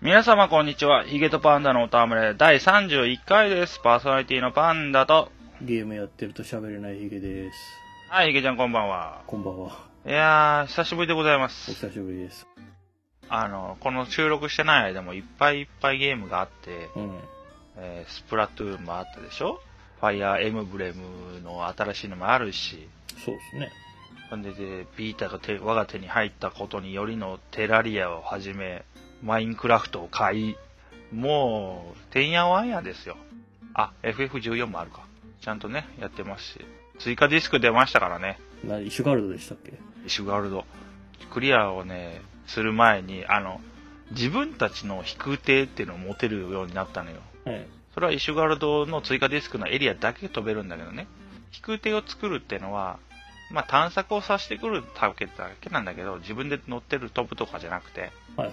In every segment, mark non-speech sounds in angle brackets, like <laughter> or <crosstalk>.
皆様こんにちは。ヒゲとパンダのおたわむれ第31回です。パーソナリティのパンダと。ゲームやってると喋れないヒゲです。はい、ヒゲちゃんこんばんは。こんばんは。 <laughs> いやー、久しぶりでございまおす。久しぶりです。あの、この収録してない間もいっぱいいっぱいゲームがあって、うん。えースプラトゥーンもあったでしょファイアーエムブレムの新しいのもあるし、そうですね。ほんでで、ビータが手我が手に入ったことによりのテラリアをはじめ、マインクラフトを買い、もう、てんやわんやですよ。あ、FF14 もあるか。ちゃんとね、やってますし。追加ディスク出ましたからね、な、イシュガルドでしたっけイシュガルド。クリアをね、する前に、あの、自分たちの飛空艇っていうのを持てるようになったのよ。はい。それはイシュガルドの追加ディスクのエリアだけ飛べるんだけどね。飛空艇を作るってのは、まあ探索をさせてくるだけだけなんだけど、自分で乗ってる飛ぶとかじゃなくて、はいはい。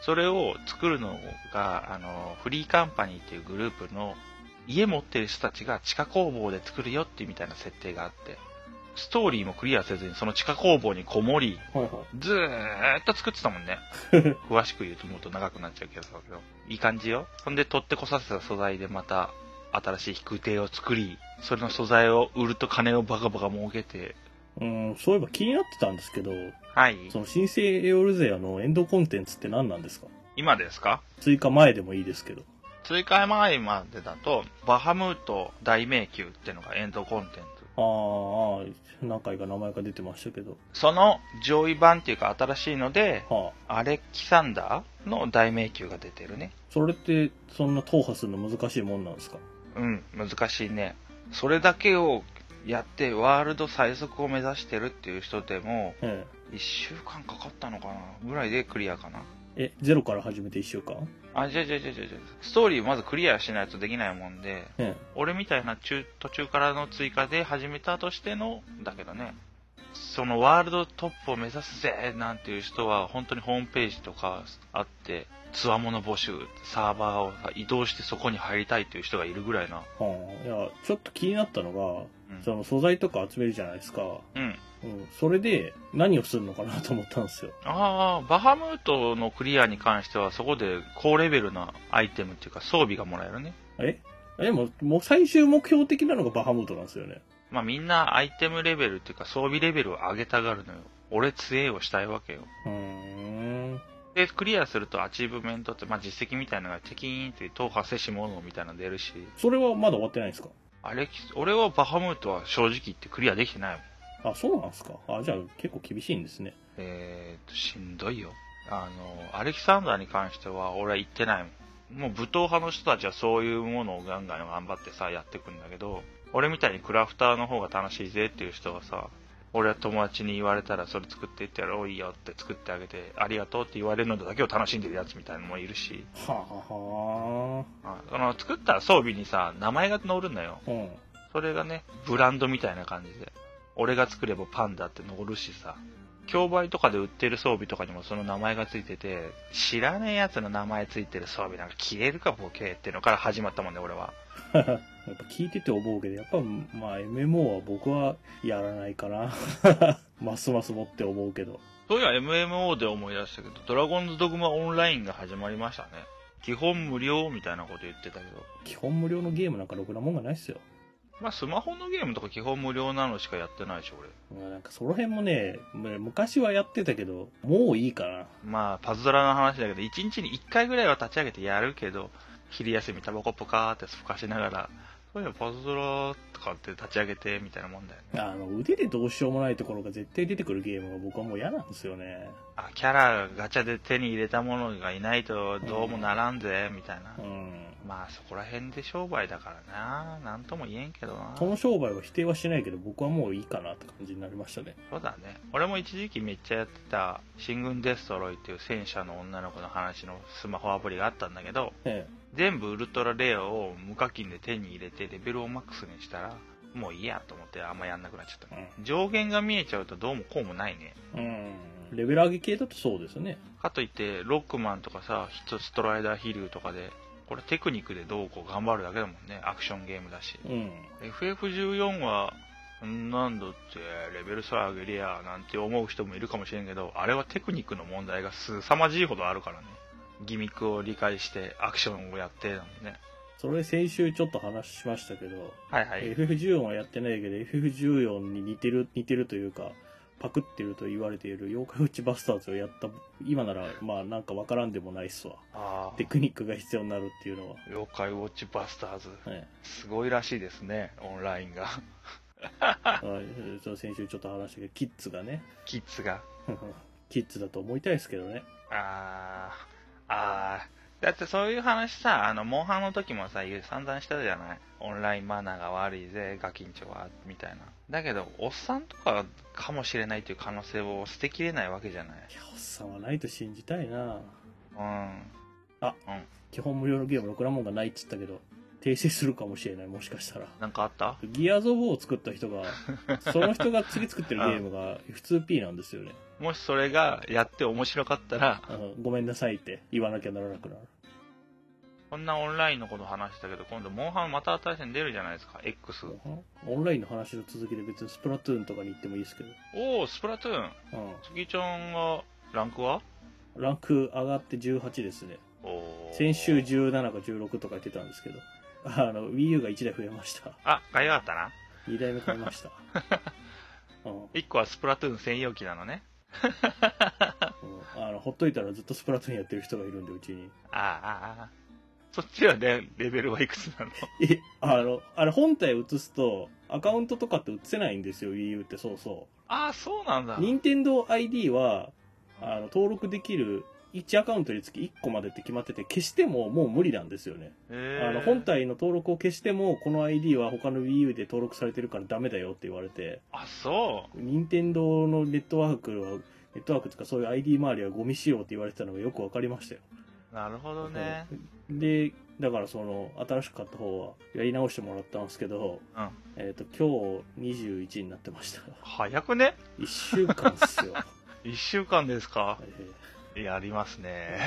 それを作るのが、あの、フリーカンパニーっていうグループの家持ってる人たちが地下工房で作るよっていうみたいな設定があって、ストーリーもクリアせずにその地下工房にこもり、はいはずーっと作ってたも <laughs> んね。詳しく言うともっと長くなっちゃうけど、いい感じよ。ほんで取ってこさせた素材でまた新しい飛空艇を作り、それの素材を売ると金をバカバカ儲けて、い。うん、そういえば気になってたんですけど、はい、その新生エオルゼアのエンドコンテンツって何なんですか今ですか追加前でもいいですけど。追加前までだと、バハムート大迷宮ってのがエンドコンテンツ。あーあー、何回か名前が出てましたけど。その上位版っていうか新しいので、はあ。アレキサンダーの大迷宮が出てるね。それって、そんな踏破するの難しいもんなんですかうん、難しいね。それだけをやってワールド最速を目指してるっていう人でも、え1週間かかったのかなぐらいでクリアかな。え。え、ゼロから始めて1週間あ、じゃあじゃあじゃあじゃあじゃあストーリーまずクリアしないとできないもんで、え俺みたいな中途中からの追加で始めたとしての、だけどね、そのワールドトップを目指すぜなんていう人は、本当にホームページとかあって、つわもの募集、サーバーを移動してそこに入りたいっていう人がいるぐらいな。え。はあ。いや、ちょっと気になったのが、うんその素材とか集めるじゃないですか。うん。うん、それで何をするのかなと思ったんですよ。ああ、バハムートのクリアに関しては、そこで高レベルなアイテムっていうか装備がもらえるね。ええ、もう、もう最終目標的なのがバハムートなんですよね。まあみんなアイテムレベルっていうか装備レベルを上げたがるのよ。俺強えをしたいわけよ。うーん。で、クリアするとアチーブメントって、まあ、実績みたいなのがテキーンって踏破せし者みたいなの出るし、それはまだ終わってないんですかあれ、俺はバハムートは正直言ってクリアできてないもん。あ、そうなんですかあ、じゃあ結構厳しいんですね。えーっと、しんどいよ。あの、アレキサンダーに関しては俺は言ってないもん。もう武闘派の人たちはそういうものをガンガン頑張ってさ、やってくんだけど、俺みたいにクラフターの方が楽しいぜっていう人はさ、俺は友達に言われたらそれ作っていってやろういいよって作ってあげて、ありがとうって言われるのだけを楽しんでるやつみたいなのもいるし、はあはあその作った装備にさ、名前が載るんだよ。あ。うん。それがね、ブランドみたいな感じで。俺が作ればパンダって載るしさ。競売とかで売ってる装備とかにもその名前がついてて、知らねえやつの名前ついてる装備なんか消えるかボケっていうのから始まったもんね、俺は。やっぱ聞いてて思うけど、やっぱ、まあ MMO は僕はやらないかな。 <laughs> ますますもって思うけど。そういや MMO で思い出したけど、ドラゴンズドグマオンラインが始まりましたね。基本無料みたいなこと言ってたけど。基本無料のゲームなんかろくなもんがないっすよ。まあスマホのゲームとか基本無料なのしかやってないでしょ、俺。うんなんかその辺もね、む昔はやってたけど、もういいかな。まあ、パズドラの話だけど、1日に1回ぐらいは立ち上げてやるけど、昼休みタバコポカーってすっかしながら、そういえばパズドラとかって立ち上げてみたいなもんだよね。あの、腕でどうしようもないところが絶対出てくるゲームが僕はもう嫌なんですよね。あ、キャラガチャで手に入れたものがいないとどうもならんぜ、みたいなう。ん。まあ、そこら辺で商売だからな。なんとも言えんけどな。こその商売は否定はしないけど、僕はもういいかなって感じになりましたね。うだね。俺も一時期めっちゃやってた、進軍デストロイっていう戦車の女の子の話のスマホアプリがあったんだけど、え全部ウルトラレアを無課金で手に入れてレベルをマックスにしたらもういいやと思ってあんまやんなくなっちゃったえ。上限が見えちゃうとどうもこうもないねうん。レベル上げ系だとそうですね。かといってロックマンとかさヒットストライダー飛竜とかでこれテクニックでどうこう頑張るだけだもんねアクションゲームだしうん。 FF14 は何度ってレベルさえ上げりゃなんて思う人もいるかもしれんけどあれはテクニックの問題が凄まじいほどあるからねギミックを理解してアクションをやってなんでねそれ先週ちょっと話しましたけど、はいはい FF14 はやってないけど、FF14 に似てる、似てるというか、パクってると言われている妖怪ウォッチバスターズをやった、今なら、まあなんかわからんでもないっすわ。あテクニックが必要になるっていうのは。あ妖怪ウォッチバスターズはい。すごいらしいですねオンラインが <laughs> はいそう先週ちょっと話したけど、キッズがね。キッズが <laughs> キッズだと思いたいですけどね。あーあーだってそういう話さあのモンハンの時もさ言う散々したじゃないオンラインマナーが悪いぜガキンチョはみたいなだけどおっさんとかかもしれないっていう可能性を捨てきれないわけじゃないいや、おっさんはないと信じたいなうん基本無料のゲームろくなもんがないっつったけど、訂正するかもしれない、もしかしたら。なんかあったギアゾーを作った人が、その人が次作ってるゲームが F2P なんですよね。もしそれがやって面白かったらあのごめんなさいって言わなきゃならなくなる。こんなオンラインのこと話してたけど今度モンハンまた新しいの出るじゃないですか X オンラインの話の続きで別にスプラトゥーンとかに行ってもいいですけど。おおスプラトゥーンうスギちゃんはランクはん。ランク上がって18ですね。おー先週17か16とか言ってたんですけど。あの、Wii U が1台増えました。あ買い終わったな2台目買いました。うん1個はスプラトゥーン専用機なのねうんあの、ほっといたらずっとスプラトゥーンやってる人がいるんで、うちに。ああああそっちはねレベルはいくつなの <laughs> え、あの、あれ本体移すと、アカウントとかって移せないんですよ、Wii U ってそうそああそうなんだう。任天堂 ID は、あの、登録できる1アカウントにつき1個までって決まってて、消してももう無理なんですよね。えーあの、本体の登録を消しても、この ID は他の Wii U で登録されてるからダメだよって言われて、あそう任天堂のネットワークは、ネットワークとかそういう ID 周りはゴミ仕様って言われてたのがよくわかりましたよ。なるほどねで、だからその、新しく買った方は、やり直してもらったんですけど、うんえっ、と、今日21になってました。 <laughs> 早くね1週間っすよ。 1週間ですか大やりますね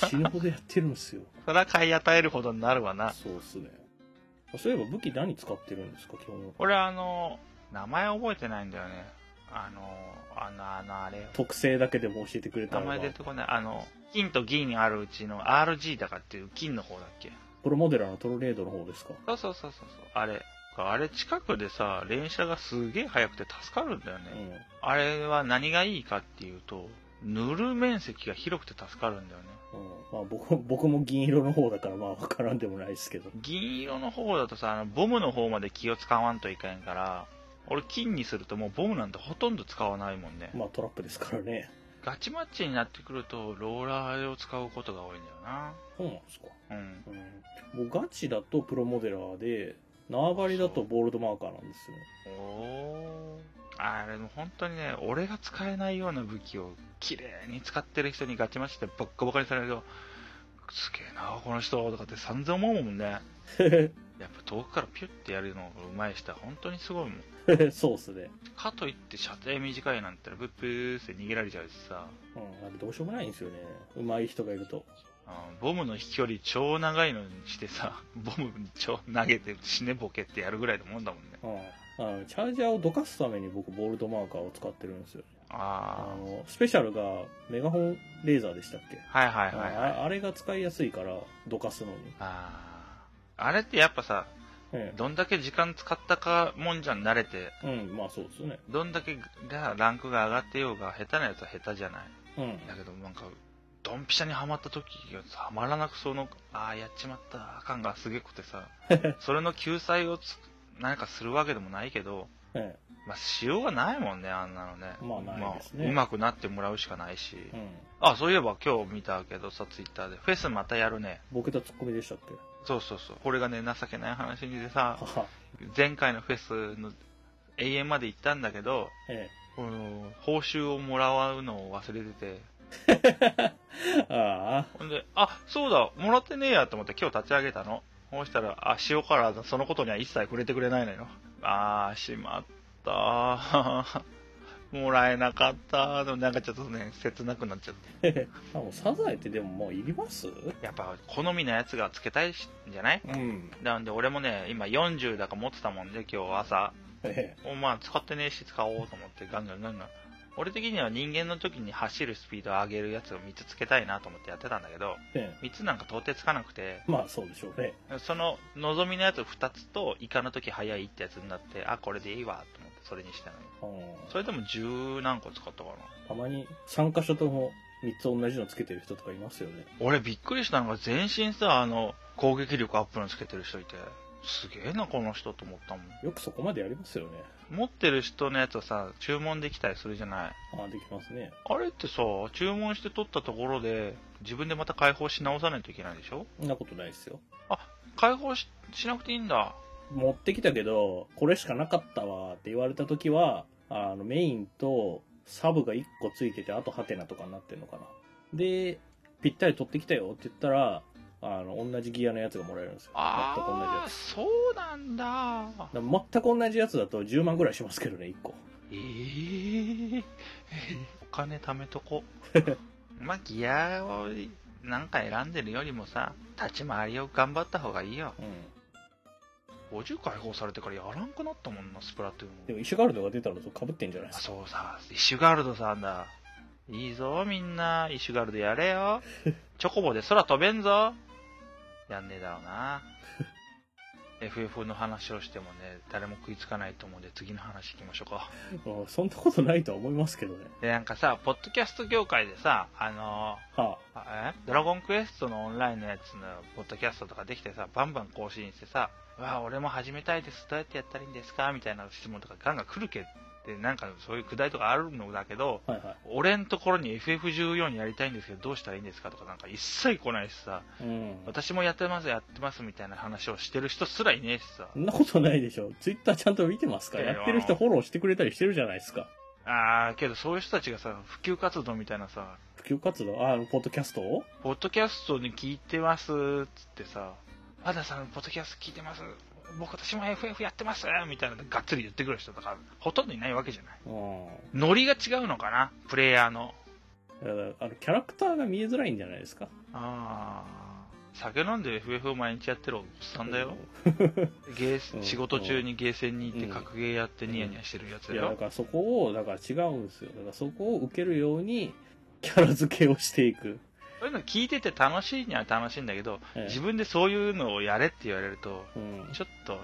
変死ぬほどやってるんですよ。そりゃ買い与えるほどになるわなそうっすね。そういえば武器何使ってるんですか、今日の。俺あの名前覚えてないんだよねあのあのあのあれよ特性だけでも教えてくれた名ら、まあ前出てこないあの金と銀あるうちの RG だかっていう金の方だっけプロモデラーのトロネードの方ですか。そうそうそうそうそうあれあれ近くでさ連射がすげえ速くて助かるんだよね、うん。あれは何がいいかっていうと、塗る面積が広くて助かるんだよね。うんまあ、僕僕も銀色の方だからまあわからんでもないですけど銀色の方だとさ、あのボムの方まで気を使わんといかんから、俺金にするともうボムなんてほとんど使わないもんね。まあトラップですからねガチマッチになってくると、ローラーを使うことが多いんだよな。そうなんですかうん。うん、もうガチだとプロモデラーで縄張りだとボールドマーカーなんですねおー。あれも本当にね、俺が使えないような武器を綺麗に使ってる人にガチマッチでボッコボコにされると、すげえな、この人とかって散々思うもんね。やっぱ遠くからピュッてやるのが上手い人は本当にすごいもん。 <laughs> そうっすね、かといって射程短いなんてブッブーって逃げられちゃうしさ、うん、あれどうしようもないんですよね上手い人がいるとあのボムの飛距離超長いのにしてさ、 <laughs> ボムに超投げて死ねボケってやるぐらいのもんだもんね。うんあのチャージャーをどかすために僕ボールドマーカーを使ってるんですよああのスペシャルがメガホンレーザーでしたっけあ、はいはいはいはい。ああれが使いやすいからどかすのに、あーあれってやっぱさ、えどんだけ時間使ったかもんじゃん慣れて、えうんまあそうですねどんだけがランクが上がってようが下手なやつは下手じゃない。うんだけどなんかドンピシャにはまった時がはまらなくそのああやっちまった感がすげくて <laughs> さそれの救済をつ何かするわけでもないけどえまあしようがないもんねあんなのねまあないですねまあ、うまくなってもらうしかないし、えうんあそういえば今日見たけどさツイッターでフェスまたやるねボケたツッコミでしたっけそうそうそうこれがね情けない話にでさはは前回のフェスの永遠まで行ったんだけど <laughs> えこの報酬をもらうのを忘れててえああほんで、あ、そうだ、もらってねえやと思って今日立ち上げたの。そうしたら、あ、塩辛だ、そのことには一切触れてくれないのよ。あー、しまったー。 <laughs> もらえなかったのなんかちょっとね切なくなっちゃってあもうサザエってでももういりますやっぱ好みのやつがつけたいしんじゃないうん。なんで俺もね今40だから持ってたもんで今日朝えおまあ使ってねえし使おうと思ってガンガンガンガン俺的には人間の時に走るスピードを上げるやつを3つつけたいなと思ってやってたんだけどえ。え3つなんか到底つかなくてえ。まあそうでしょうね。その望みのやつ2つとイカの時速いってやつになってあこれでいいわと思ってそれにしたのようんそれでも十何個使ったかなたまに3箇所とも3つ同じのつけてる人とかいますよね。俺びっくりしたのが全身さあの攻撃力アップのつけてる人いてすげえなこの人と思ったもんよくそこまでやりますよね。持ってる人のやつをさ注文できたりするじゃないああ、できますね。あれってさ注文して取ったところで自分でまた解放し直さないといけないでしょそんなことないですよ。解放ししなくていいんだ持ってきたけど、これしかなかったわって言われた時は、あの、メインとサブが1個ついてて、あとハテナとかになってんのかな。で、ぴったり取ってきたよって言ったら、あの、同じギアのやつがもらえるんですよ。全く同じあやあつ。そうなんだだから全く同じやつだと10万ぐらいしますけどね、1個。ええお金貯めとこまあギアをなんか選んでるよりもさ立ち回りを頑張った方がいいようん。 50解放されてからやらんくなったもんなスプラトゥーンでも、イシュガルドが出たのと被ってんじゃないであすか。そうさイシュガルドさんだいいぞみんなイシュガルドやれよチョコボで空飛べんぞやんねえだろうな FF の話をしてもね誰も食いつかないと思うんで次の話行きましょうかうんそんなことないとは思いますけどね。でなんかさポッドキャスト業界でさあのーはあえドラゴンクエストのオンラインのやつのポッドキャストとかできてさバンバン更新してさ「わあ俺も始めたいですどうやってやったらいいんですか?」みたいな質問とかガンガン来るけってなんかそういうくだりとかあるのだけどあ、はいは俺のところに FF14 やりたいんですけどどうしたらいいんですかとかなんか一切来ないしさい。うん。私もやってますやってますみたいな話をしてる人すらいねえしさそんなことないでしょ。ツイッターちゃんと見てますからいややってる人フォローしてくれたりしてるじゃないですか。あーけどそういう人たちがさ普及活動みたいなさ普及活動あ、あの、ポッドキャストをポッドキャストに聞いてますっつってさ、まださん、ポッドキャスト聞いてます、僕、私も FF やってますみたいなのがっつり言ってくる人とか、ほとんどいないわけじゃない。うん。ノリが違うのかな、プレイヤーの。だからあの、キャラクターが見えづらいんじゃないですか。あー、酒飲んで FF を毎日やってるおっさんだよ。ゲーうん仕事中にゲーセンに行って、うん格ゲーやってニヤニヤしてるやつうだん。いや、だよ。からそこを、だから違うんですよ。だからそこを受けるように、キャラ付けをしていく。そういうの聞いてて楽しいには楽しいんだけど、ええ自分でそういうのをやれって言われると、うん。ちょっと、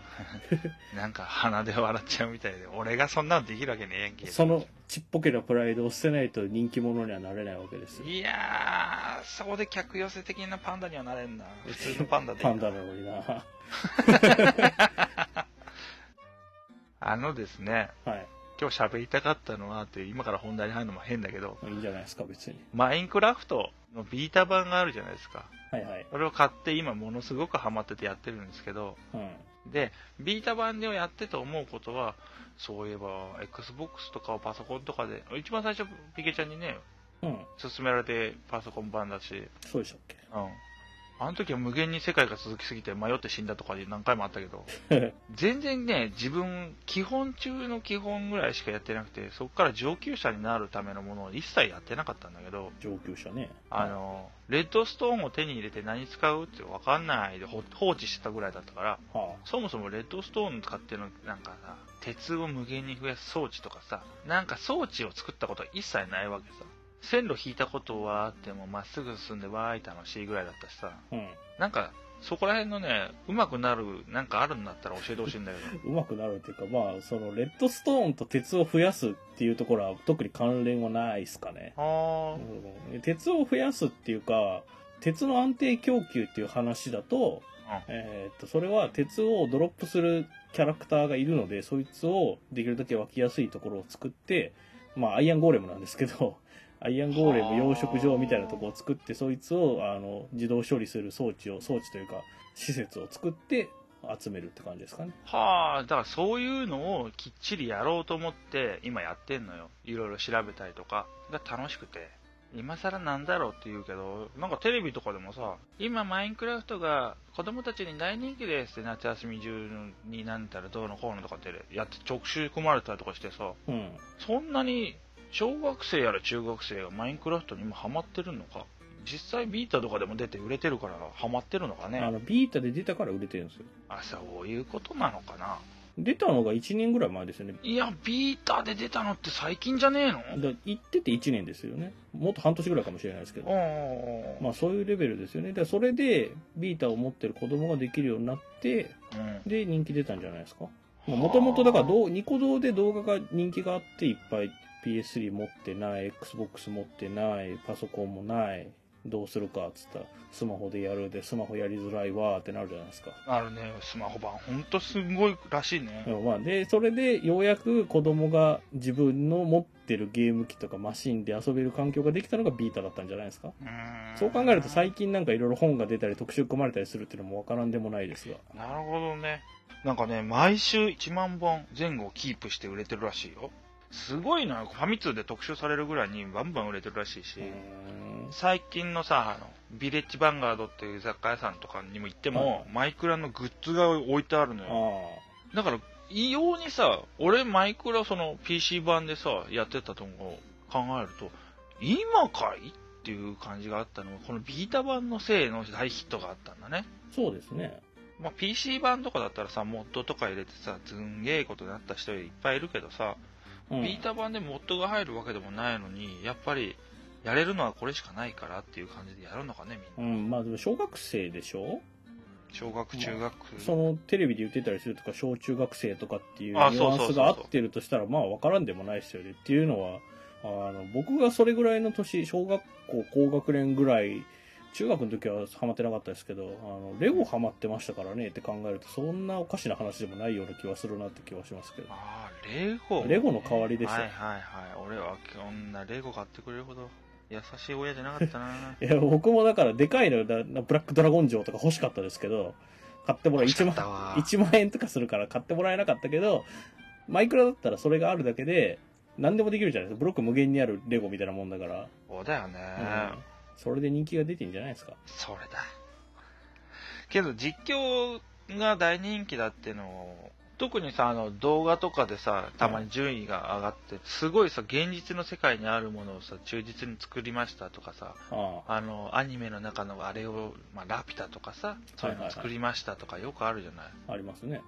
<laughs> なんか鼻で笑っちゃうみたいで、俺がそんなのできるわけねえやんけ。その、ちっぽけなプライドを捨てないと人気者にはなれないわけですよ。いやー、そこで客寄せ的なパンダにはなれんな。普通のパンダでいいパなンダなのにな。 <laughs> はあのですね、今日喋りたかったのはっていう、今から本題に入るのも変だけど、い。いいんじゃないですか、別に。マインクラフトのビータ版があるじゃないですか。はいはい。それを買って今ものすごくハマっててやってるんですけど、うん。で、ビータ版でやってて思うことは、そういえば、Xbox とかをパソコンとかで、一番最初、ピケちゃんにね、うん。勧められてパソコン版だし、そうでしたっけ。うん。あの時は無限に世界が続きすぎて迷って死んだとかで何回もあったけど、全然ね、自分、基本中の基本ぐらいしかやってなくて、そこから上級者になるためのものを一切やってなかったんだけど、上級者ね。あの、レッドストーンを手に入れて何使うって分かんないでほ放置してたぐらいだったから、はそもそもレッドストーン使ってるのなんかさ、鉄を無限に増やす装置とかさ、なんか装置を作ったことは一切ないわけさ。線路引いたことはあっても、まっすぐ進んでわーい楽しいぐらいだったしさ、あ、うん。なんか、そこら辺のね、うまくなる、なんかあるんだったら教えてほしいんだけど。うまくなるっていうか、まあ、その、レッドストーンと鉄を増やすっていうところは、特に関連はないですかね。あうん鉄を増やすっていうか、鉄の安定供給っていう話だと、うんえーっと、それは鉄をドロップするキャラクターがいるので、そいつをできるだけ湧きやすいところを作って、まあ、アイアンゴーレムなんですけど、 <laughs> アイアンゴーレム養殖場みたいなところを作って、そいつを、あの、自動処理する装置を、装置というか、施設を作って集めるって感じですかね。あ。はあ、だからそういうのをきっちりやろうと思って、今やってんのよ。いろいろ調べたりとか。が楽しくて。今更なんだろうって言うけど、なんかテレビとかでもさ、今マインクラフトが子供たちに大人気ですって夏休み中になんたらどうのこうのとかってやって直集組まれたりとかしてさ、うん。そんなに小学生やら中学生がマインクラフトに今ハマってるのか実際ビータとかでも出て売れてるからハマってるのかあねの、ビータで出たから売れてるんですよ。あそういうことなのかな出たのが1年ぐらい前ですよね。いやビータで出たのって最近じゃねえのだから行ってて1年ですよね。もっと半年ぐらいかもしれないですけおど。おまあそういうレベルですよね。で、それでビータを持ってる子供ができるようになって、うんで、人気出たんじゃないですか。もともとだからどう、ニコ動で動画が人気があって、いっぱい PS3 持ってない、Xbox 持ってない、パソコンもない、どうするかっつったら、スマホでやるで、スマホやりづらいわーってなるじゃないですか。あるねスマホ版ほんとすごいらしいねでもまあ、で、それでようやく子供が自分の持ってるゲーム機とかマシンで遊べる環境ができたのがビータだったんじゃないですか。うーんそう考えると最近なんかいろいろ本が出たり特集組まれたりするっていうのもわからんでもないですが。なるほどねなんかね毎週1万本前後キープして売れてるらしいよすごいなファミ通で特集されるぐらいにバンバン売れてるらしいし、うーん最近のさあのビレッジヴァンガードっていう雑貨屋さんとかにも行っても、マイクラのグッズが置いてあるのよあだから異様にさ俺マイクラその PC 版でさやってたとこ考えると今かいっていう感じがあったのがこのビータ版のせいの大ヒットがあったんだねあ、そうですね。まあ、PC 版とかだったらさモッドとか入れてさずんげえことになった人いっぱいいるけどさ、うんビータ版でモッドが入るわけでもないのにやっぱりやれるのはこれしかないからっていう感じでやるのかねみんなうん、まあでも小学生でしょ小学中学そのテレビで言ってたりするとか小中学生とかっていうニあそうュそうそうアそうンスが合ってるとしたらまあわからんでもないですよねっていうのはあの僕がそれぐらいの年小学校高学年ぐらい中学の時はハマってなかったですけどあのレゴハマってましたからねって考えるとそんなおかしな話でもないような気はするなって気はしますけどああレゴレゴの代わりでしはたいはいはい俺はこんなレゴ買ってくれるほど優しい親じゃなかったな <laughs> いや僕もだからでかいのだブラックドラゴン城とか欲しかったですけど買ってもらう1万欲しかったわ1万円とかするから買ってもらえなかったけど、マイクラだったらそれがあるだけで、何でもできるじゃないですか。ブロック無限にあるレゴみたいなもんだから。そうだよね、うんそれで人気が出てんじゃないですか。それだけど実況が大人気だってのを特にさあの動画とかでさたまに順位が上がってすごいさ現実の世界にあるものをさ忠実に作りましたとかさあああのアニメの中のあれを、まあ、ラピュタとかさそういうの作りましたとかよくあるじゃないありますね。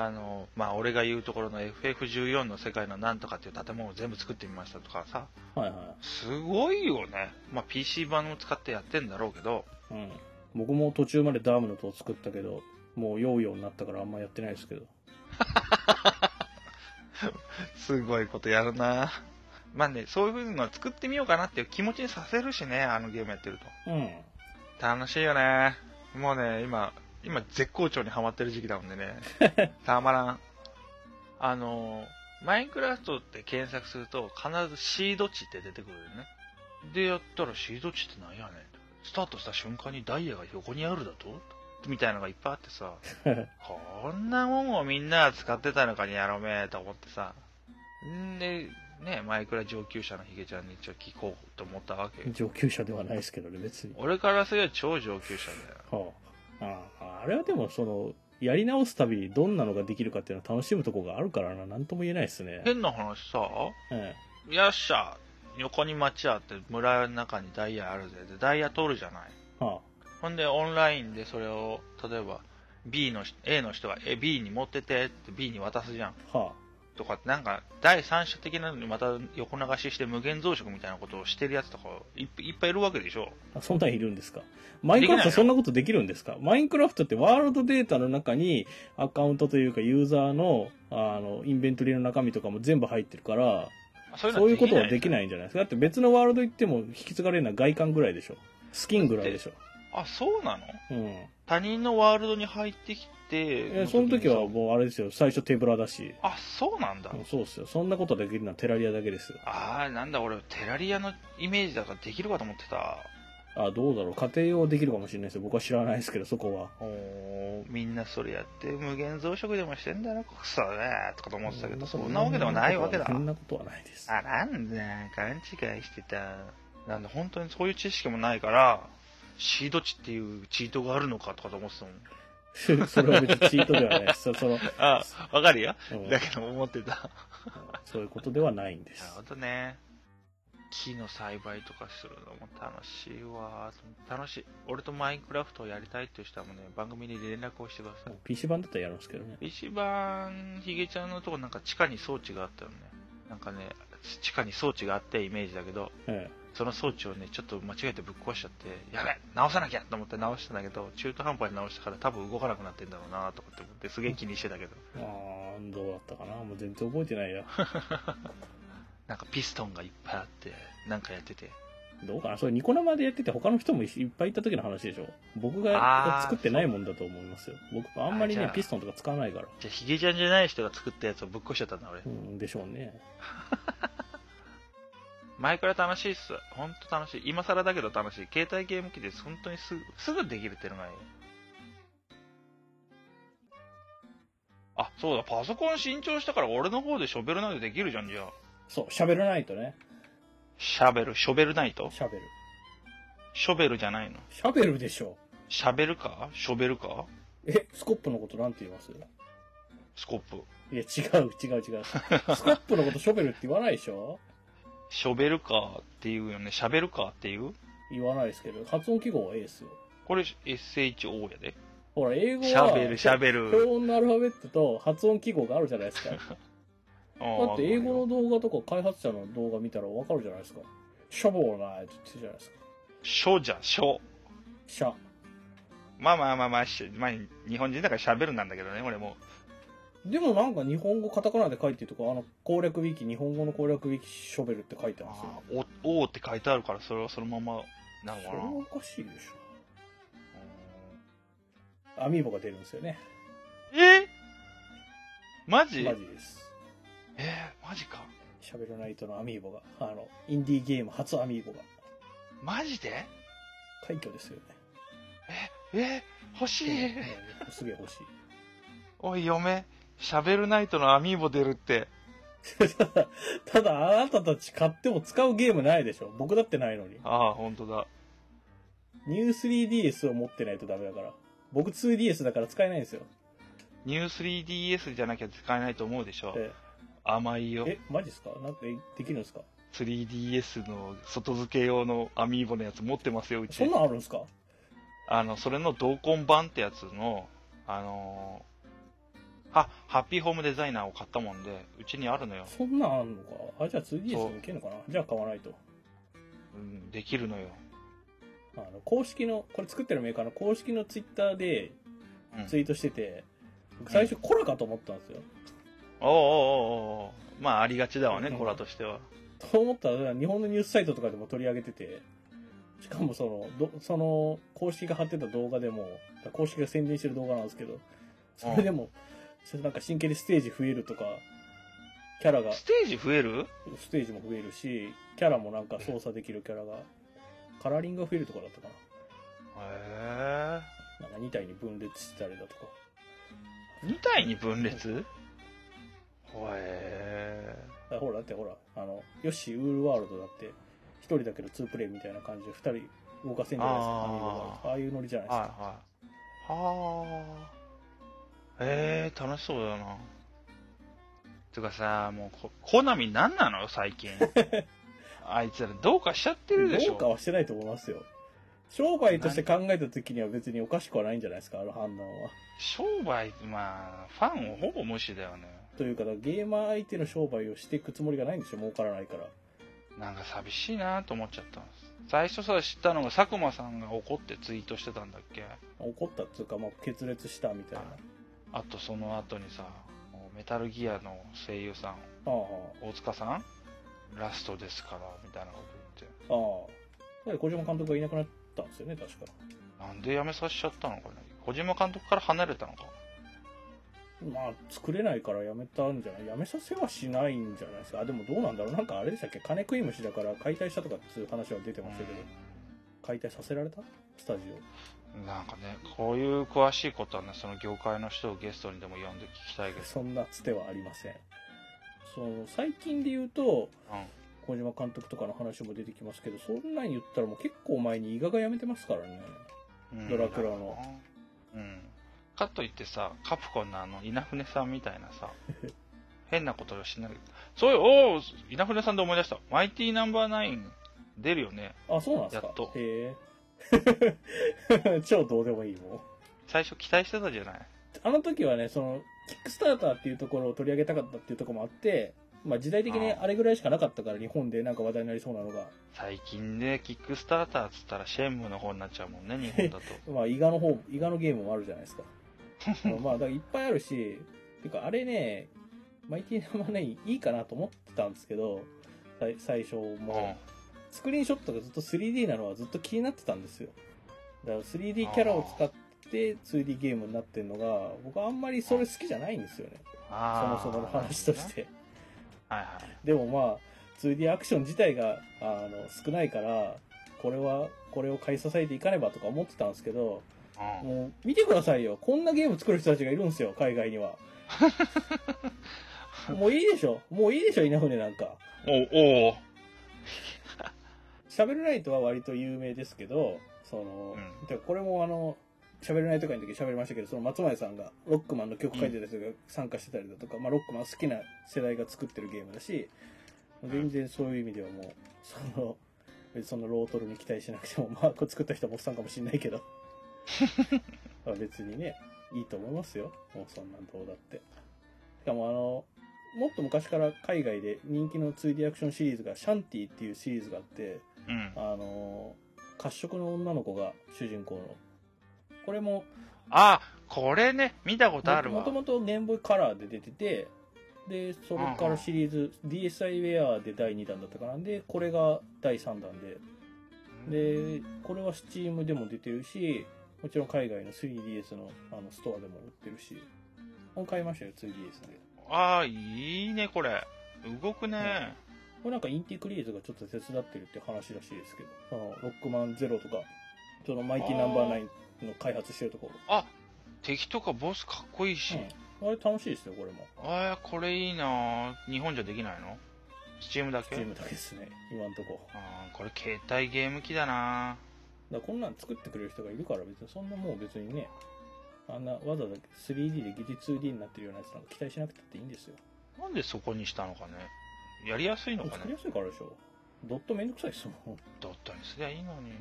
あの、まあ、俺が言うところの FF14 の世界のなんとかっていう建物を全部作ってみましたとかさ、はいはすごいよね。まあ、PC 版を使ってやってんだろうけど、い。うん。僕も途中までダームの塔作ったけど、もう酔うようになったからあんまやってないですけど。すごいことやるなまあね、そういう風の作ってみようかなっていう気持ちにさせるしね、あのゲームやってると。うん。楽しいよね。もうね、今、今絶好調にハマってる時期だもんでね。たまらん。あの、マインクラフトって検索すると必ずシード値って出てくるよね。で、やったらシード値ってなんやねん。スタートした瞬間にダイヤが横にあるだとみたいなのがいっぱいあってさ、こんなもんをみんなが使ってたのかにやろめえと思ってさ。んで、ね、マイクラ上級者のヒゲちゃんに一応聞こうと思ったわけよ。上級者ではないですけどね、別に。俺からすれば超上級者だよ。はあ、あああれはでもその、やり直すたびにどんなのができるかっていうのは楽しむとこがあるからな、なんとも言えないですね。変な話さ、えよっしゃ、横に町あって村の中にダイヤあるぜ。で、ダイヤ取るじゃない。え。はほんで、オンラインでそれを、例えば、B の人、A の人が、え、B に持っててって B に渡すじゃん。あ、はとかって、なんか、第三者的なのにまた横流しして無限増殖みたいなことをしてるやつとかいっぱいいっぱいいるわけでしょ。あ。あそんなんいるんですかマインクラできなフトいよそんなことできるんですかマインクラフトってワールドデータの中にアカウントというかユーザーの、あの、インベントリの中身とかも全部入ってるから、そうそういうことはできい。ないんじゃないですかだって別のワールド行っても引き継がれるのは外観ぐらいでしょ。スキンぐらいでしょ。あ、そうなのうん。他人のワールドに入ってきえて、その時はさもうあれですよ、最初手ぶらだし。あ、そうなんだ。うんそうですよ。そんなことできるのはテラリアだけですよ。あー、なんだ俺、テラリアのイメージだからできるかと思ってた。あ、どうだろう。家庭用できるかもしれないですよ。僕は知らないですけど、そこは。おーみんなそれやって無限増殖でもしてんだなクソねとかと思ってたけどそうんなわけでもないわけだそんなことはないです。あなんだ勘違いしてたなんで本当にそういう知識もないから、シード値っていうチートがあるのかとかと思ってたもん。 <laughs> それは別にチートではないです。そその、あ、わかるよ。うんだけど思ってた。そういうことではないんでなるすほ。どね。木の栽培とかするのも楽しいわ。楽しい。俺とマインクラフトをやりたいっていう人はもうね、番組に連絡をしてください。 PC 版だったらやるんですけどね。一番ヒゲちゃんのとこなんか地下に装置があったよね。なんかね、地下に装置があってイメージだけど、えその装置をね、ちょっと間違えてぶっ壊しちゃって、やべ直さなきゃと思って直したんだけど、中途半端に直したから多分動かなくなってんだろうなとかって思って、すげえ気にしてたけど、え。あー、どうだったかなもう全然覚えてな <laughs> いや。なんかピストンがいっぱいあって、なんかやってて。どうかなそれニコ生でやってて他の人もいっぱいいた時の話でしょ僕があー作ってないもんだと思いますよ。僕あんまありじねゃあ、ピストンとか使わないから。じゃあヒゲちゃんじゃない人が作ったやつをぶっ壊しちゃったんだ、俺う。ん、でしょうね。前から楽しいっす。ほんと楽しい。今更だけど楽しい。携帯ゲーム機で本当にすぐ、すぐできるってのがいい。あ、そうだ、パソコン新調したから俺の方でショベルナイトできるじゃん、じゃあ。そう、喋らないとね。シャベル、ショベルナイト喋る。ショベルじゃないの。喋るでしょ。シャベルかショベルかえ、スコップのことなんて言いますいスコップ。や、違う、違う、違 <laughs> う。スコップのことショベルって言わないでしょショベルかっていうよね。シャベルかっていう言わないですけど、発音記号は A ですよ。これ SHO やで。ほら、英語は、シャベル、シャベ標ル。音のアルファベットと発音記号があるじゃないです <laughs> か。だだって英語の動画とか開発者の動画見たらわかるじゃないですか。シャボーナイトって言ってるじゃないですか。ショじゃ、ショ。シャ。まあまあまあまあ、しまあ、日本人だから喋るなんだけどね、俺も。でもなんか日本語カタカナで書いてるとこ、あの攻略ウィキ、日本語の攻略ウィキショベルって書いてあるんですよあ。ーお、おーって書いてあるから、それはそのままなのそかれな。はうんおかしいでしょ。アミーボが出るんですよね。えマジマジです。えーマジか。シャベルナイトのアミーボが、あの、インディーゲーム初アミーボが、マジで快挙ですよね。えー欲しい。うんすげえ欲しい。おい、嫁。シャベルナイトのアミーボ出るって。ただ、ただあなたたち買っても使うゲームないでしょ。僕だってないのに。ああ、ほんとだ。ニュー 3DS を持ってないとダメだから。僕 2DS だから使えないんですよ。ニュー 3DS じゃなきゃ使えないと思うでしょ。え、甘いよ。えマジっすかなんか、えできるんですか 3DS の外付け用のアミーボのやつ持ってますよ、うそんち。なんあるんですかあの、それの同梱版ってやつの、あのーあ、ハッピーホームデザイナーを買ったもんで、うちにあるのよ。そんなんあんのかあ、じゃあ 2DS でそうもいけるのかなじゃあ買わないと。うん、できるのよ。あの、公式の、これ作ってるメーカーの公式のツイッターでうん、ツイートしてて、僕最初コラかと思ったんですよ。おうおうおうおうまあ、ありがちだわね、うんコラとしては。と思ったら、日本のニュースサイトとかでも取り上げてて、しかもその、どその、公式が貼ってた動画でも、公式が宣伝してる動画なんですけど、それでも、それなんか真剣にステージ増えるとか、キャラが、ステージ増えるステージも増えるし、キャラもなんか操作できるキャラが、カラーリングが増えるとかだったかへえ。な。なんか2体に分裂したりだとか。 2体に分裂ほえだからほら、だってほら、あの、ヨッシーウールワールドだって、一人だけど2プレイみたいな感じで二人動かせんじゃないですかあーアミーボが。ああいうノリじゃないー。ですか。はいはい。はあ。ええ、楽しそうだな。てかさ、もうこ、コナミなんなの最 <laughs> 近。あいつらどうかしちゃってるでしょ。どうかはしてないと思いますよ。商売として考えた時には別におかしくはないんじゃないですか、あの判断は。商売、まあ、ファンをほぼ無視だよね。というか、だからゲーマー相手の商売をしていくつもりがないんでしょ、儲からないから。なんか寂しいなと思っちゃったんです。最初さ、知ったのが佐久間さんが怒ってツイートしてたんだっけ怒ったっていうか、まあ、決裂したみたいな。ああとその後にさ、メタルギアの声優さん、あ、あ大塚さんラストですから、みたいなこと言って。あ、ああ。で、小島監督がいなくなったんですよね、確か。なんで辞めさせちゃったのかね小島監督から離れたのかまあ、作れないからやめたんじゃないやめさせはしないんじゃないですか。あ、でもどうなんだろうなんかあれでしたっけ金食い虫だから解体したとかっていう話は出てましたけど、解体させられたスタジオ。なんかね、こういう詳しいことはね、その業界の人をゲストにでも呼んで聞きたいけど。そんなつてはありません。その、最近で言うと、うん。小島監督とかの話も出てきますけど、そんなん言ったらもう結構前に伊賀が辞めてますからね。うんドラクラの。うん。かといってさ、カプコンのあの、稲船さんみたいな <laughs> さ、変なことをしない。そういう、おお稲船さんで思い出した。マイティナンバーナイン出るよね。あ、そうなんですか。やっとへえ。 <laughs> 超どうでもいいもん。最初期待してたじゃない。あの時はね、その、キックスターターっていうところを取り上げたかったっていうところもあって、まあ時代的にあああれぐらいしかなかったから、日本でなんか話題になりそうなのが。最近で、キックスターターっつったらシェンムの方になっちゃうもんね、日 <laughs> 本だと。まあ、伊賀の方、伊賀のゲームもあるじゃな <laughs> いですか。あのまあ、だからいっぱいあるし、てかあれね、マイティナンバーナインいいかなと思ってたんですけど、さい最初も、スクリーンショットがずっと 3D なのはずっと気になってたんですよ。だから 3D キャラを使って 2D ゲームになってるのが、僕はあんまりそれ好きじゃないんですよね。そもあーそもの話とし。て。はいはい。でもまあ、2D アクション自体が、あの、少ないから、これは、これを買い支えていかねばとか思ってたんですけど、うん。もう、見てくださいよ。こんなゲーム作る人たちがいるんですよ、海外には。もういいでしょ。もういいでしょ、稲船なんか。おお喋るナイトは割と有名ですけど、その、うでこれもあの、喋るナイト会の時喋りましたけど、その松前さんがロックマンの曲書いてた人が参加してたりだとか、まあロックマン好きな世代が作ってるゲームだし、全然そういう意味ではもう、その、別にそのロートルに期待しなくても、ま <laughs> あこれ作った人はおっさんかもしんないけど、まあ別にね、いいと思いますよ。もうそんなんどうだって。しかもあの、もっと昔から海外で人気の 2D アクションシリーズがシャンティっていうシリーズがあって、うん。あのー褐色の女の子が主人公の。これも、あ、これね、見たことあるもわと。もとゲームボーイカラーで出てて、で、それからシリーズ、DSI ウェアで第2弾だったかな。で、これが第3弾で。で、これは Steam でも出てるし、もちろん海外の 3DS のあのストアでも売ってるし。本買いましたよ、2DS で。ああ、いいね、これ。動くね。これなんかインティクリーズがちょっと手伝ってるって話らしいですけど、そのロックマンゼロとか、そのマイティナンバーナインの開発してるところ。あ敵とかボスかっこいいし、うん、あれ楽しいですよこれもああこれいいなぁ日本じゃできないのスチームだチけームだけですね今んとこあーこれ携帯ゲーム機だなだからこんなん作ってくれる人がいるから別にそんなもう別にねあんなわざわざ 3D でギリ 2D になってるようなやつなんか期待しなくたっていいんですよぁなんでそこにしたのかねやりやすいのか作りねやすいからでしょドットめんどくさいですもんドットにすりゃいいのに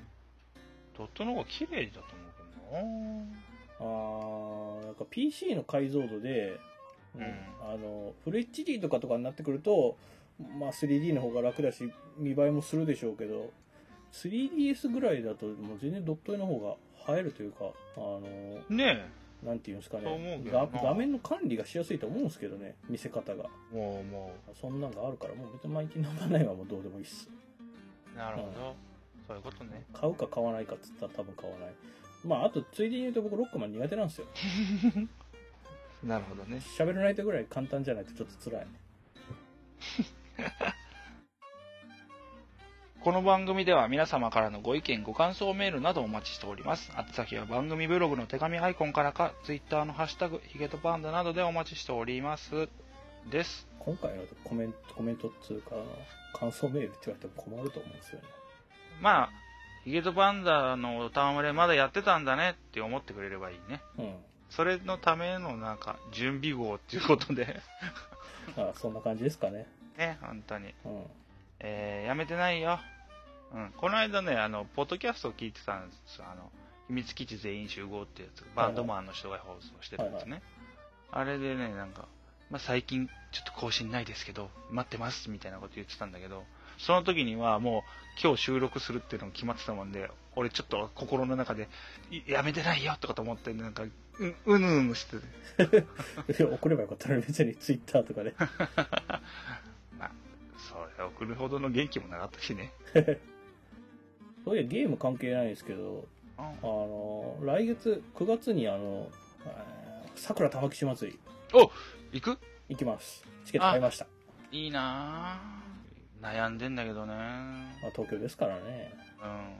ドットの方が綺麗だと思うあーなんか PC の解像度で、うんうんあのフル HD とかとかになってくると、まあ、3D の方が楽だし見栄えもするでしょうけど 3DS ぐらいだともう全然ドット絵の方が映えるというかあのけどなねなんていうんですかそう思うねけどがな画面の管理がしやすいと思うんですけどね見せ方がえもうもそんなんがあるからもう別にマイティナンバーナインはもうどうでもいいっすうなるほど、そういうことね買うか買わないかっつったら多分買わないまああとついでに言うと僕ロックマン苦手なんですよなるほどね喋らないとぐらい簡単じゃないとちょっと辛いこの番組では皆様からのご意見、ご感想メールなどお待ちしております。宛先は番組ブログの手紙アイコンからか、ツイッターのハッシュタグ、ヒゲとパンダなどでお待ちしております。です。今回のコメント、コメントっつうか、感想メールって言われても困ると思うんですよね。まあ、ヒゲとパンダのおたわれまだやってたんだねって思ってくれればいいね。それのためのなんか、準備号っていうことで。うん。まあ、そんな感じですかね。ね、本当に。 <laughs> うん。えーやめてないよ。うん。この間ね、あの、ポッドキャストを聞いてたんですよあの、秘密基地全員集合ってやつ、バンドマンの人が放送してたんですね。あれでね、なんか、まあ、最近ちょっと更新ないですけど、待ってますみたいなこと言ってたんだけど、その時にはもう今日収録するっていうのが決まってたもんで、俺ちょっと心の中で、いやめてないよとかと思って、なんか、うん、うぬうぬしてて。いや送ればよかったら別にツイッターとかで。まあ、それ送るほどの元気もなかったしね。そういや、ゲーム関係ないですけど、うんあの、来月、9月にあの、さくら玉木祭り行く行きます。チケット買いました。いいなぁ。悩んでんだけどね。まあ、東京ですからね。うん。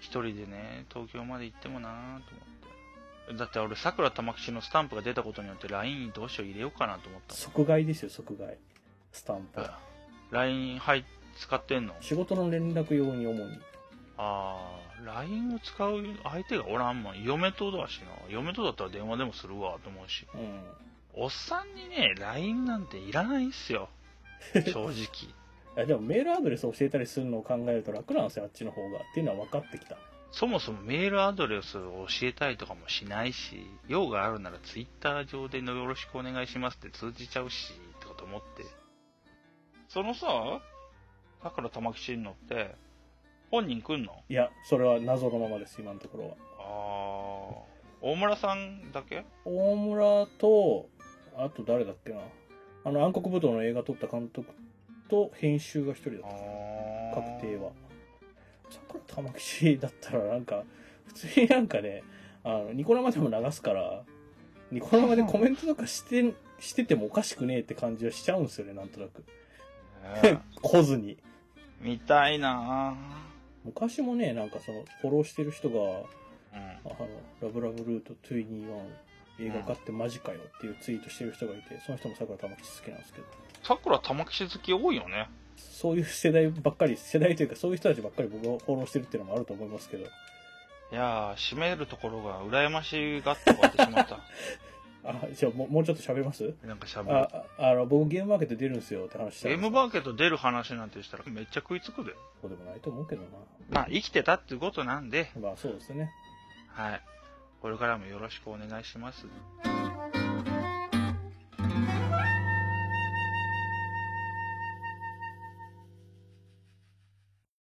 一人でね、東京まで行ってもなぁと思って。だって俺、桜玉吉のスタンプが出たことによって LINE にどうしよう入れようかなと思った即買いですよ、即買い。スタンプ。もん。LINE 入っ使ってんの仕事の連絡用に主に。ああ LINE を使う相手がおらんもん嫁とだしな嫁とだったら電話でもするわと思うしうん。おっさんにね LINE なんていらないっすよ正直えでもメールアドレスを教えたりするのを考えると楽なんですよ、あっちの方が。っていうのは分かってきた。そもそもメールアドレスを教えたりとかもしないし用があるなら Twitter 上でのよろしくお願いしますって通じちゃうしとかと思ってそのさだから玉木んのって本人来んのいや、それは謎のままです、今のところは。ああ大村さんだけ大村と、あと誰だっけな。あの、暗黒武道の映画撮った監督と編集が一人だあっーた。確定は。さくら玉吉だったらなんか、普通になんかね、あの、ニコ生でも流すから、ニコ生でコメントとかして、しててもおかしくねえって感じはしちゃうんですよね、なんとなく。 <laughs> ね来ずに。見たいな昔もね、なんかその、フォローしてる人が、ぁうんあの、ラブラブルート221映画化ってマジかよっていうツイートしてる人がいて、その人も桜玉吉好きなんですけど、さくら玉木好き多いよねそういう世代ばっかり、世代というかそういう人たちばっかり僕をフォローしてるっていうのもあると思いますけど、いやー締めるところが羨ましがって終わってしま <laughs> ったあ、じゃあもうもうちょっと喋りますなんかしゃべるあ、ああの、僕ゲームマーケット出るんですよって話したゲら。ームバーケット出る話なんてしたらめっちゃ食いつくでそうでもないと思うけどな。まあ生きてたってことなんでまあそうですね。はいこれからもよろしくお願いします